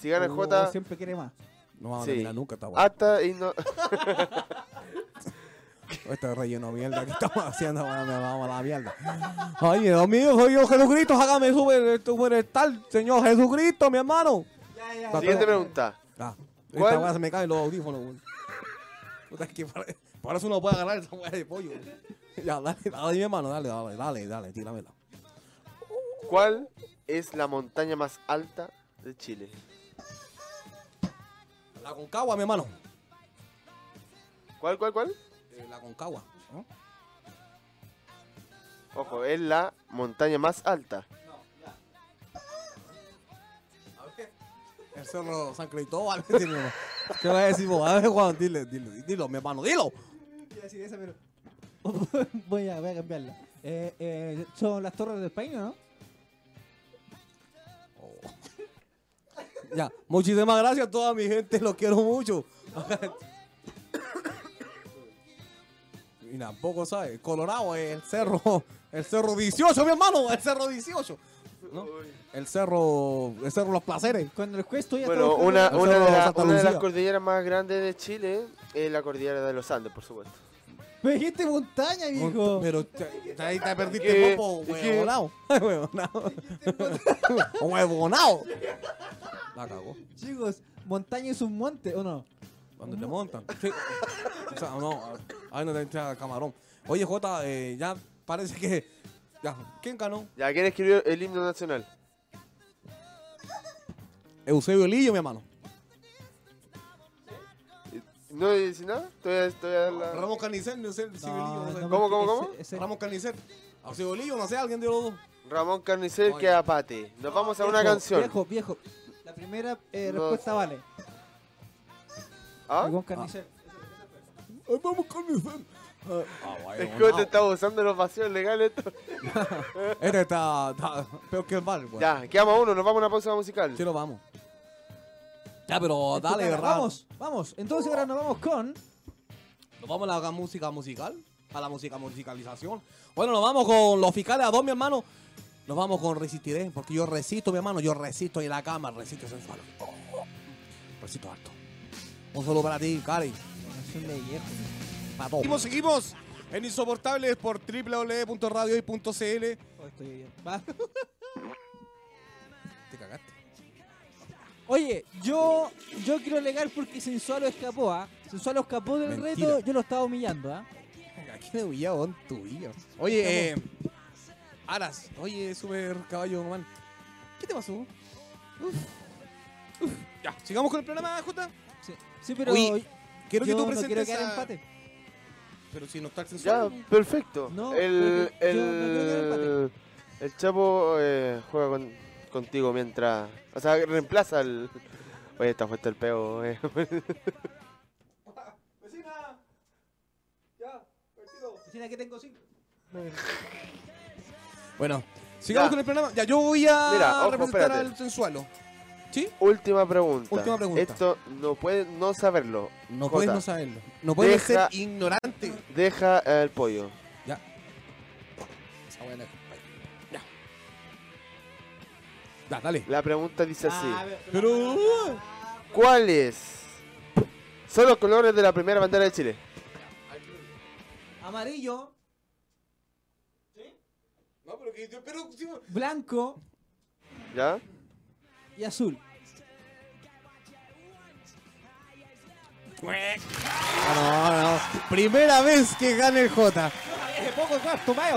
Si gana el Oh, J, Siempre quiere más. No vamos a Sí. Ah, terminar nunca esta weá. hasta y no. Este relleno de mierda que estamos haciendo, weón, me vamos a la mierda. Ay, Dios mío, soy yo Jesucristo, hágame super, super tal, Señor Jesucristo, mi hermano. Siguiente pregunta. Ah, ¿Cuál? esta weá se me caen los audífonos, weón. Puta, es que para, para eso uno puede agarrar esa weá de pollo, weón. Ya, dale, dale, mi hermano, dale, dale, dale, dale, tíramela. ¿Cuál es la montaña más alta de Chile? La concagua, mi hermano. ¿Cuál, cuál, cuál? Eh, La concagua. ¿no? Ojo, es la montaña más alta. El cerro San Cristóbal. sí, mi hermano. ¿Qué vas a decir, vos? A ver, Juan, dile, dile, dilo, mi hermano, dilo. voy, a, voy a cambiarla. Eh, eh, son las torres de España, ¿no? Ya, muchísimas gracias a toda mi gente, los quiero mucho. y tampoco sabe, Colorado es el cerro, el cerro 18, mi hermano, el cerro 18. ¿no? El cerro, el cerro Los Placeres. Cuando el juez estoy Bueno, una, una, de, la- Santa una de las Lucía. cordilleras más grandes de Chile es la cordillera de los Andes, por supuesto. Me dijiste montaña, viejo. Pero te- ahí te perdiste ¿Qué? el popo, ¿Qué? huevonao. Huevonao. Huevonao. La cagó. Chicos, montaña es un monte, ¿o no? Cuando te montan. Sí. O sea, no, ahí no te entra camarón. Oye, Jota, eh, ya parece que. Ya, ¿quién ganó? Ya, ¿quién escribió el himno nacional? Eusebio Lillo, mi hermano. ¿No dice nada? Te voy a- te voy a dar la- Ramos Canicer, no sé, Eusebio Lillo, no sé. ¿Cómo, cómo, ese- cómo? ese- Ramos Canicer. Eusebio Lillo, no sé, alguien de los dos. Ramón Carnicer que apate. Nos vamos a una viejo, canción. Viejo, viejo. La primera eh, No. respuesta vale. ¿Ah? Ivonne Carnicel. Ay, vamos Canicer. Eh, ah, El bueno, Cote no. está usando los vacíos legales. esto. Este está, está peor que el bar, güey. Ya, quedamos a uno, nos vamos a una pausa musical. Sí, lo vamos. Ya, pero Esto Oh, dale, gana. Ramos. Vamos, vamos. Entonces ahora nos vamos con. Nos vamos a la música musical, a la música musicalización. Bueno, nos vamos con los fiscales a dos, mi hermano. Nos vamos con Resistiré, porque yo resisto, mi hermano, yo resisto en la cama, resisto sensual. Resisto alto. Un saludo para ti, Cari. Canción de viejo. Para todos. Seguimos, seguimos en Insoportables por www.radioy.cl. Oh, estoy bien. Va. Te cagaste. Oye, yo, yo quiero alegar porque Sensualo escapó, ¿ah? Sensualo escapó del Mentira. reto, yo lo estaba humillando, ¿ah? Aquí de Villabón, tu villa. Oye, eh, Aras, oye, super caballo normal. ¿Qué te pasó? Uf. Uf. Ya, sigamos con el programa, Jota. Sí, sí, pero Oye, yo Quiero que tú no quiero presentes quedar a- empate. Pero si no está el Ya, sensual. perfecto. No, el, pero que- yo no el, creo que haya empate. el Chapo eh, juega con- contigo mientras. O sea, reemplaza al. Oye, está fuerte el peo. eh. Vecina, que tengo cinco. Bueno, sigamos Ya. con el programa. Ya, yo voy a Mira, ojo, representar espérate. al sensualo. Última pregunta. Última pregunta. Esto no puede no saberlo. No Jota, puedes no saberlo. No puedes Deja- ser ignorante. Deja el pollo. Esa buena. Ya. Ya, dale. La pregunta dice Ah, así: Pero. uh. ¿Cuáles son los colores de la primera bandera de Chile? Amarillo, No, pero que. Pero. blanco ¿Ya? y azul. No, Ah, no, Primera vez que gana el J. Eh, poco cuarto, mayo.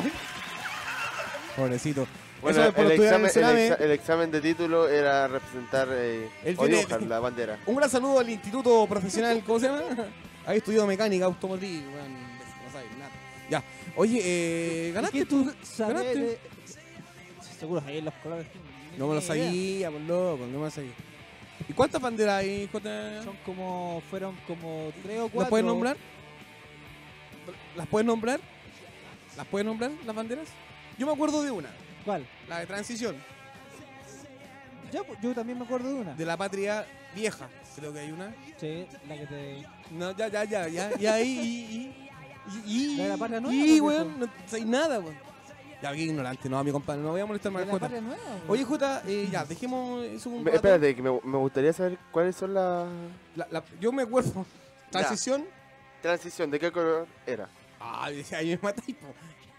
Pobrecito. Bueno, Eso es por el, estudiar examen, en el el Sename. exa- el examen de título era representar eh, Él o tiene- dibujar la bandera. Un gran saludo al Instituto Profesional, ¿cómo se llama? Ahí estudió mecánica, automotriz, weón, no sabe nada. Ya. Oye, eh, ¿Qué ganaste tú tú. sabes ganaste. de- Seguro ahí en los colores. No me Ni lo idea. sabía, por loco, no me lo sabía. ¿Y cuántas banderas hay, J? Son como, fueron como tres o cuatro. ¿Las puedes nombrar? ¿Las puedes nombrar? ¿Las puedes nombrar las banderas? Yo me acuerdo de una, ¿Cuál? la de transición. Ya, pues, yo también me acuerdo de una. De la patria vieja, creo que hay una. Sí, la que te. No, ya, ya, ya, ya. Y ahí, y. Y, y, ¿La de la patria nueva, y, pues, weón, no hay nada, weón. Ya, qué ignorante, no, mi compadre, no voy a molestar más de al la Jota. patria nueva. güey. Oye, Jota, eh, ya, dejemos eso un Me- rato. espérate, que me, me gustaría saber cuáles son las... La- la- yo me acuerdo. Transición. Transición, ¿de qué color era? Ah, decía, ahí me matáis, po.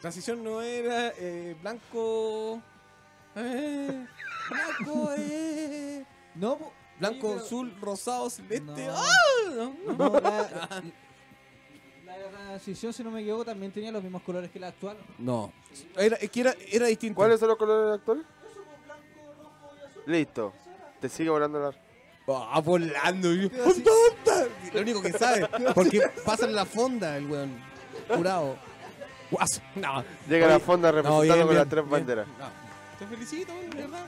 Transición no era eh, blanco. eh, blanco, eh. No, po- Blanco, oye, pero- azul, rosado, celeste. No. ¡Ah! No, no. No, la, la transición, si no me equivoco, también tenía los mismos colores que la actual. No. Era, es que era, era distinto. ¿Cuáles son los colores actuales? Listo. Te sigue volando la... Ah, volando. y- ¡Onda, onda! Lo único que sabe. Porque pasa en la fonda el weón. Curado. Guaso. No. Llega Oye, la fonda no, representando bien, con bien, las tres bien. banderas. No. Te felicito, de verdad.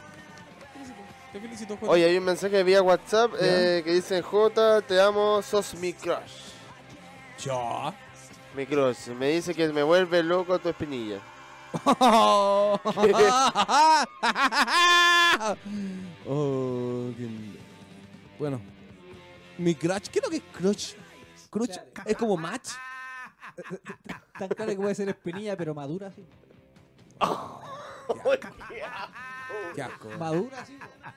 Te felicito. Te felicito, Jota. Oye, hay un mensaje vía WhatsApp eh, que dice, J, te amo, sos mi crush. Ya. Mi crush. Me dice que me vuelve loco tu espinilla. oh, Oh, qué lindo. Bueno, mi crush, ¿qué es lo que es crush? Crush es como match. Tan claro que puede ser espinilla, pero madura, sí. Qué asco. Madura, sí. güey. Ah,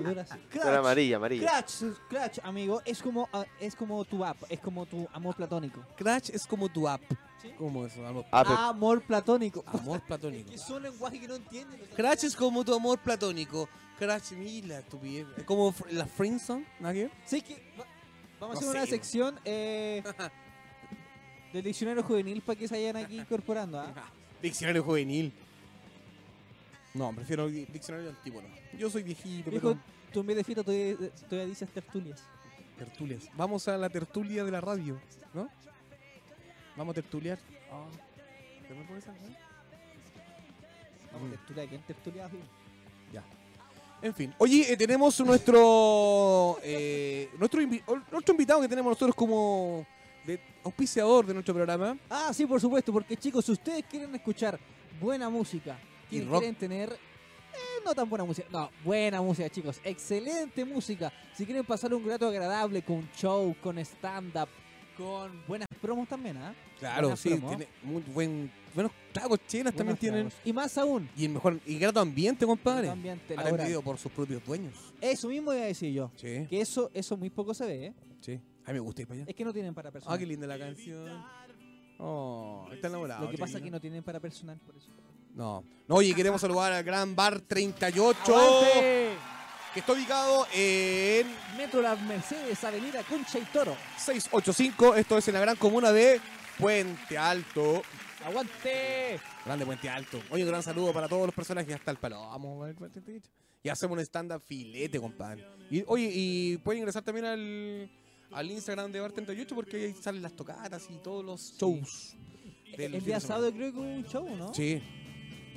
Madura, sí. Era amarilla, amarilla. Crash, Crash, amigo, es como, ah, es como tu app, es como tu amor platónico. Crush es como tu app. ¿Cómo eso? Amor, Ah, pero- Amor platónico. amor platónico. Es un lenguaje que no entienden. Crush es como tu amor platónico. Crush, mira, estupidez. Es como fr- la friendzone, ¿no? ¿Qué? Sí, que va- vamos a hacer No una sé. sección eh, del diccionario juvenil para que se vayan aquí incorporando. ¿ah? Diccionario juvenil. No, prefiero di- diccionario antiguo, no. Yo soy viejito, Viejo, pero... tú en vez de fito todavía, todavía dices tertulias. Tertulias. Vamos a la tertulia de la radio, ¿no? Vamos a tertuliar. Ah. ¿Te me pones algo? Mm. Vamos, tertulia, ¿quién tertulia? amigo? En fin. Oye, eh, tenemos nuestro eh, nuestro, invi- o- nuestro invitado que tenemos nosotros como de- auspiciador de nuestro programa. Ah, sí, por supuesto, porque chicos, si ustedes quieren escuchar buena música Y y rock. quieren tener eh, no tan buena música, no, buena música, chicos, excelente música. Si quieren pasar un grato agradable con show, con stand-up, con buenas promos también, ¿ah? Claro, Buenas sí, promos. tiene muy buen, buenos tragos chelas también Buenos tienen. tragos. Y más aún, Y el mejor y grato ambiente, compadre. un ambiente laboral. Atendido por sus propios dueños. Eso mismo iba a decir yo. Sí, Que eso, eso muy poco se ve, ¿eh? sí. A mí me gusta ir para allá. Es que no tienen para Ah, personal. qué linda la canción. Oh, está enamorado. Lo que pasa es chiquillo. que no tienen para personal, por eso. No. No, oye, queremos saludar al Gran Bar 38, ¡Avante! que está ubicado en Metro Las Mercedes, Avenida Concha y Toro. 685. Esto es en la gran comuna de Puente Alto. ¡Aguante! Grande Puente Alto. Oye, un gran saludo para todos los personajes hasta el palomo. güey, Puente Alto. Y hacemos un stand-up filete, compadre. Y, oye, y pueden ingresar también al, al Instagram de Bar 38 porque ahí salen las tocatas y todos los shows. del El fin de día semana. sábado creo que hubo un show, ¿no? Sí.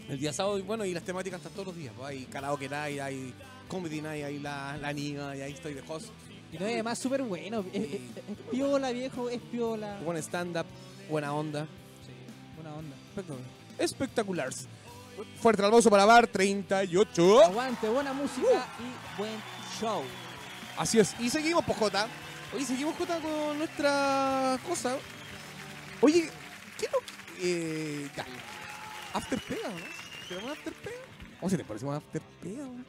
El día sábado, y bueno, y las temáticas están todos los días. pues, Hay karaoke night, hay comedy night, hay la, la niña, y ahí estoy de host. Y no, y además súper bueno. Es, es- es piola, viejo, es piola. Buen stand-up, buena onda. Sí, buena onda. Espectacular. Fuerte el aplauso para Bar 38. Aguante, buena música y buen show. Así es. Y seguimos, Pojota. Oye, seguimos, Jota, con nuestra cosa. Oye, ¿qué no? Eh, ya. After pega, ¿no? ¿Tenemos after pega? ¿O si te parece un after pega? ¿no?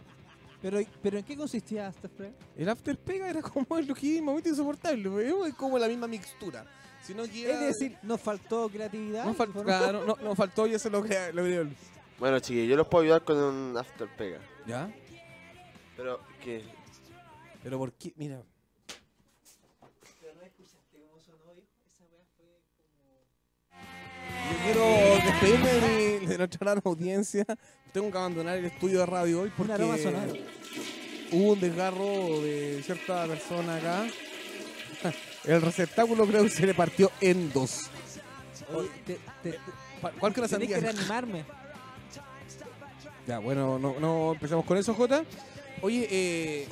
Pero, pero ¿en qué consistía After Fred? El after pega era como el momento insoportable. weón, Es como la misma mixtura. Sino que era- Es decir, nos faltó creatividad. no, fal- y fueron- claro, no, no, faltó y eso lo crea- lo creó él. Bueno, chiquillos, yo los puedo ayudar con un after pega. ¿Ya? Pero, ¿qué? Pero por qué, mira. Yo quiero despedirme de, mi- de nuestra gran audiencia. Tengo que abandonar el estudio de radio hoy Un porque aroma sonoro. hubo un desgarro de cierta persona acá. El receptáculo creo que se le partió en dos. Oye, te- te- te- Pa- ¿Cuál que Eh, la tenés que sandía? reanimarme. Ya, bueno, no, no empezamos con eso, Jota. Oye, eh,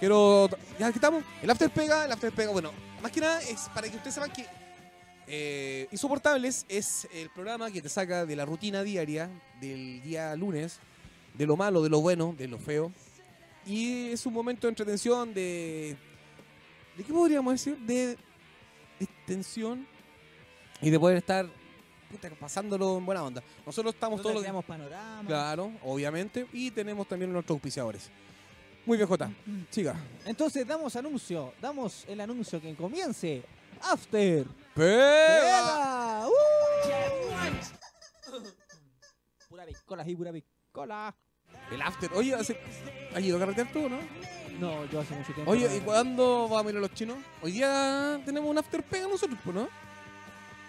quiero... Ya, aquí estamos. El after pega, el after pega. Bueno, más que nada es para que ustedes sepan que eh, Insoportables es el programa que te saca de la rutina diaria, del día lunes, de lo malo, de lo bueno, de lo feo, Y es un momento de entretención, de. ¿De qué podríamos decir? De extensión y de poder estar puta, pasándolo en buena onda. Nosotros estamos Nosotros todos los creamos panorama. Claro, obviamente. Y tenemos también nuestros auspiciadores. Muy bien, Jota. Siga. Entonces damos anuncio, damos el anuncio que comience. After. ¡Ela! ¡Uh! Pura bicola, sí, pura bicola. El after. Oye, ¿hace- ¿has ido a carretear tú, no? No, yo hace mucho tiempo. Oye, no- ¿y cuándo vamos a ir a los chinos? Hoy día tenemos un after pega nosotros, pues, ¿no?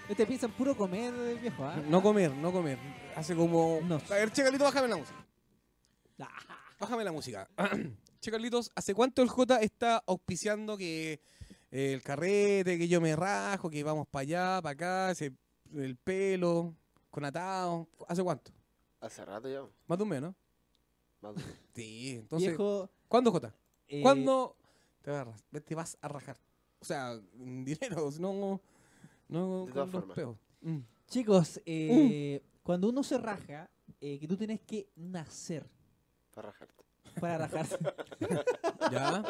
Este piensa en puro comer, eh, viejo, ¿ah? No comer, no comer. Hace como... No. A ver, Checalito, bájame la música. Ah, Bájame la música. Checalitos, ¿hace cuánto el J está auspiciando que eh, el carrete, que yo me rajo, que vamos para allá, para acá, ese- el pelo, con atado? ¿Hace cuánto? Hace rato ya. Más de un mes, ¿no? más o menos. Sí, entonces... viejo. ¿Cuándo, Jota? eh, ¿Cuándo te vas, a ras- te vas a rajar? O sea, en dinero, si no, no con De todas los formas. peos. Mm. Chicos, eh, Uh. cuando uno se raja, eh, que tú tienes que nacer Para rajarte. para rajarse. ¿Ya?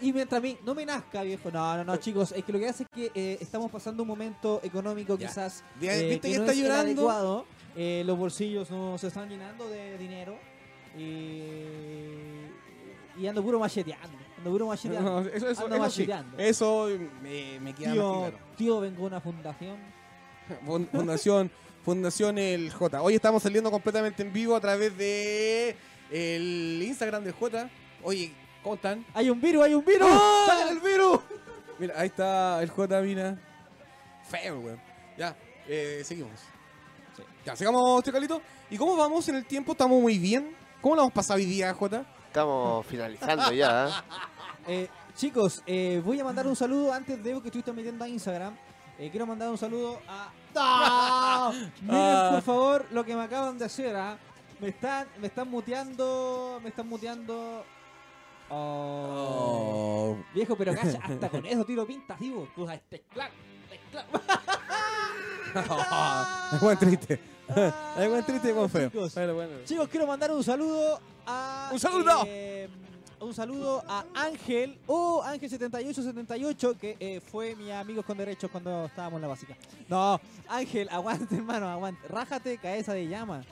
Y mientras a mí no me nazca, viejo. No, no, no, chicos. Es que lo que hace es que eh, estamos pasando un momento económico Ya. quizás. eh, Vi- viste que no está es el llorando. adecuado. Eh, los bolsillos no se están llenando de dinero. Y, y ando puro macheteando. Ando puro macheteando. No, eso eso, Anda eso sí. macheteando. Eso me, me queda más tío, que tío, vengo a una fundación. claro. Fun- Fundación, Fundación El J. Hoy estamos saliendo completamente en vivo a través de el Instagram del J. Oye, ¿cómo están? ¡Hay un virus! ¡Hay un virus! ¡Saca el virus! Mira, ahí está el J, mira. Feo, weón. Ya, eh, seguimos. Ya, sigamos, Chacalito. ¿Y cómo vamos en el tiempo? ¿Estamos muy bien? ¿Cómo la hemos pasado hoy día, Jota? Estamos finalizando ya. ¿eh? Eh, chicos, eh, voy a mandar un saludo antes de que estuviste metiendo a Instagram. Eh, quiero mandar un saludo a. ¡Ah! Miren, por favor, lo que me acaban de hacer. ah. Me están, me están muteando, me están muteando. Oh. Viejo, pero cacha, hasta con eso tiro pintas, digo. Tú sabes, teclar, teclar. Es buen triste. Es buen triste y buen feo. Chicos. Bueno, bueno. Chicos, quiero mandar un saludo a. ¡Un saludo! eh, un saludo a Ángel, o Ángel7878, que eh, fue mi amigo con derechos cuando estábamos en la básica. No, Ángel, aguante, hermano, aguante. Rájate, cabeza de llama.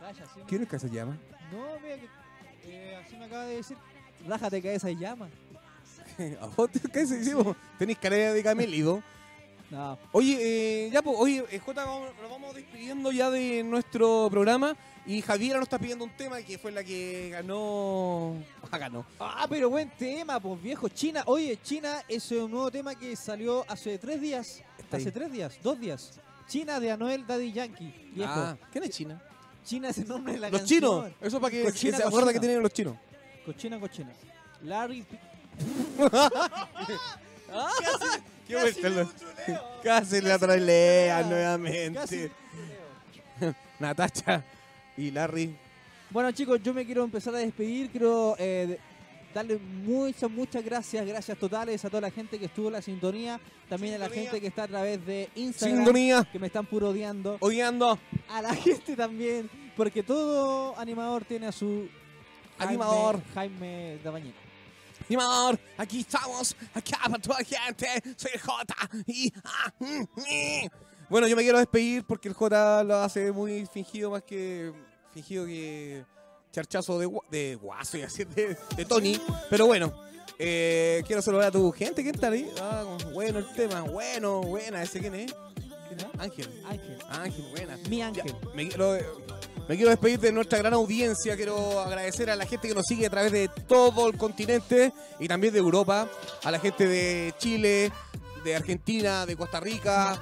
Vaya, sí, ¿Quién es que se llama? No, mira que. eh, así me acaba de decir. Rájate, cabeza de llama. ¿A vos te- ¿Qué se hicimos? Tenéis cara de camelido. No, Oye, eh, ya, pues, oye, eh, Jota, vamos- nos vamos despidiendo ya de nuestro programa. Y Javiera nos está pidiendo un tema que fue la que ganó. Ah, ganó. Ah, pero buen tema, pues viejo. China, oye, China es un nuevo tema que salió hace tres días. Está hace ahí. tres días, dos días. China de Anuel Daddy Yankee. Viejo. Ah, ¿quién es China? China es el nombre de la Los canción. chinos. Eso para que, que Cochina, se acuerda que cochina. tienen los chinos. Cochina, cochina. Larry. P- Qué bueno. Casi la trolea nuevamente. Casi. Natacha y Larry. Bueno, chicos, yo me quiero empezar a despedir. Quiero eh, de- darle muchas, muchas gracias. Gracias totales a toda la gente que estuvo en la sintonía. También a la Sintonía. gente que está a través de Instagram. Sintonía. Que me están puro odiando. Odiando. a la gente también, porque todo animador tiene a su Jaime- Animador. Jaime Dabañino. Mi amor, aquí estamos, acá para toda la gente, soy el J. Y, ah, mm, mm. Bueno, yo me quiero despedir porque el J lo hace muy fingido, más que fingido que charchazo de, gua- de guaso y así, de, de Tony. Pero bueno, eh, quiero saludar a tu gente, ¿quién está ahí? Ah, bueno, el tema, bueno, buena, ¿ese quién es? ¿Quién es? Ángel. Ángel. Ángel, buena. Mi Ya, Ángel. me, quiero, me quiero despedir de nuestra gran audiencia. Quiero agradecer a la gente que nos sigue a través de todo el continente y también de Europa. A la gente de Chile, de Argentina, de Costa Rica,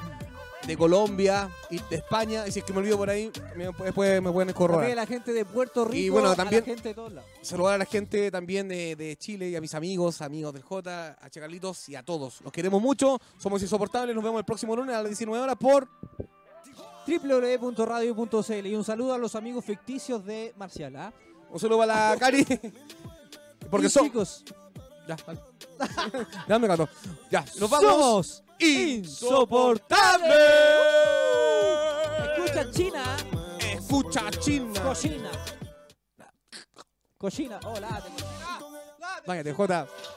de Colombia y de España. Y si es que me olvido por ahí, me- después me También pueden a corroborar. la gente de Puerto Rico. Y bueno, también- A la gente de todos lados. Saludar a la gente también de, de Chile y a mis amigos, amigos del J, a Chacalitos y a todos. Los queremos mucho, somos insoportables. Nos vemos el próximo lunes a las 19 horas por www.radio.cl y un saludo a los amigos ficticios de Marcial. ¿ah? Un saludo para la Cari. Porque Y, son. chicos, Ya, vale. ya me encantó. Ya, nos vamos. somos Insoportable. Escucha China, Escucha China. cocina. Cochina. Hola, te Váyate, Jota.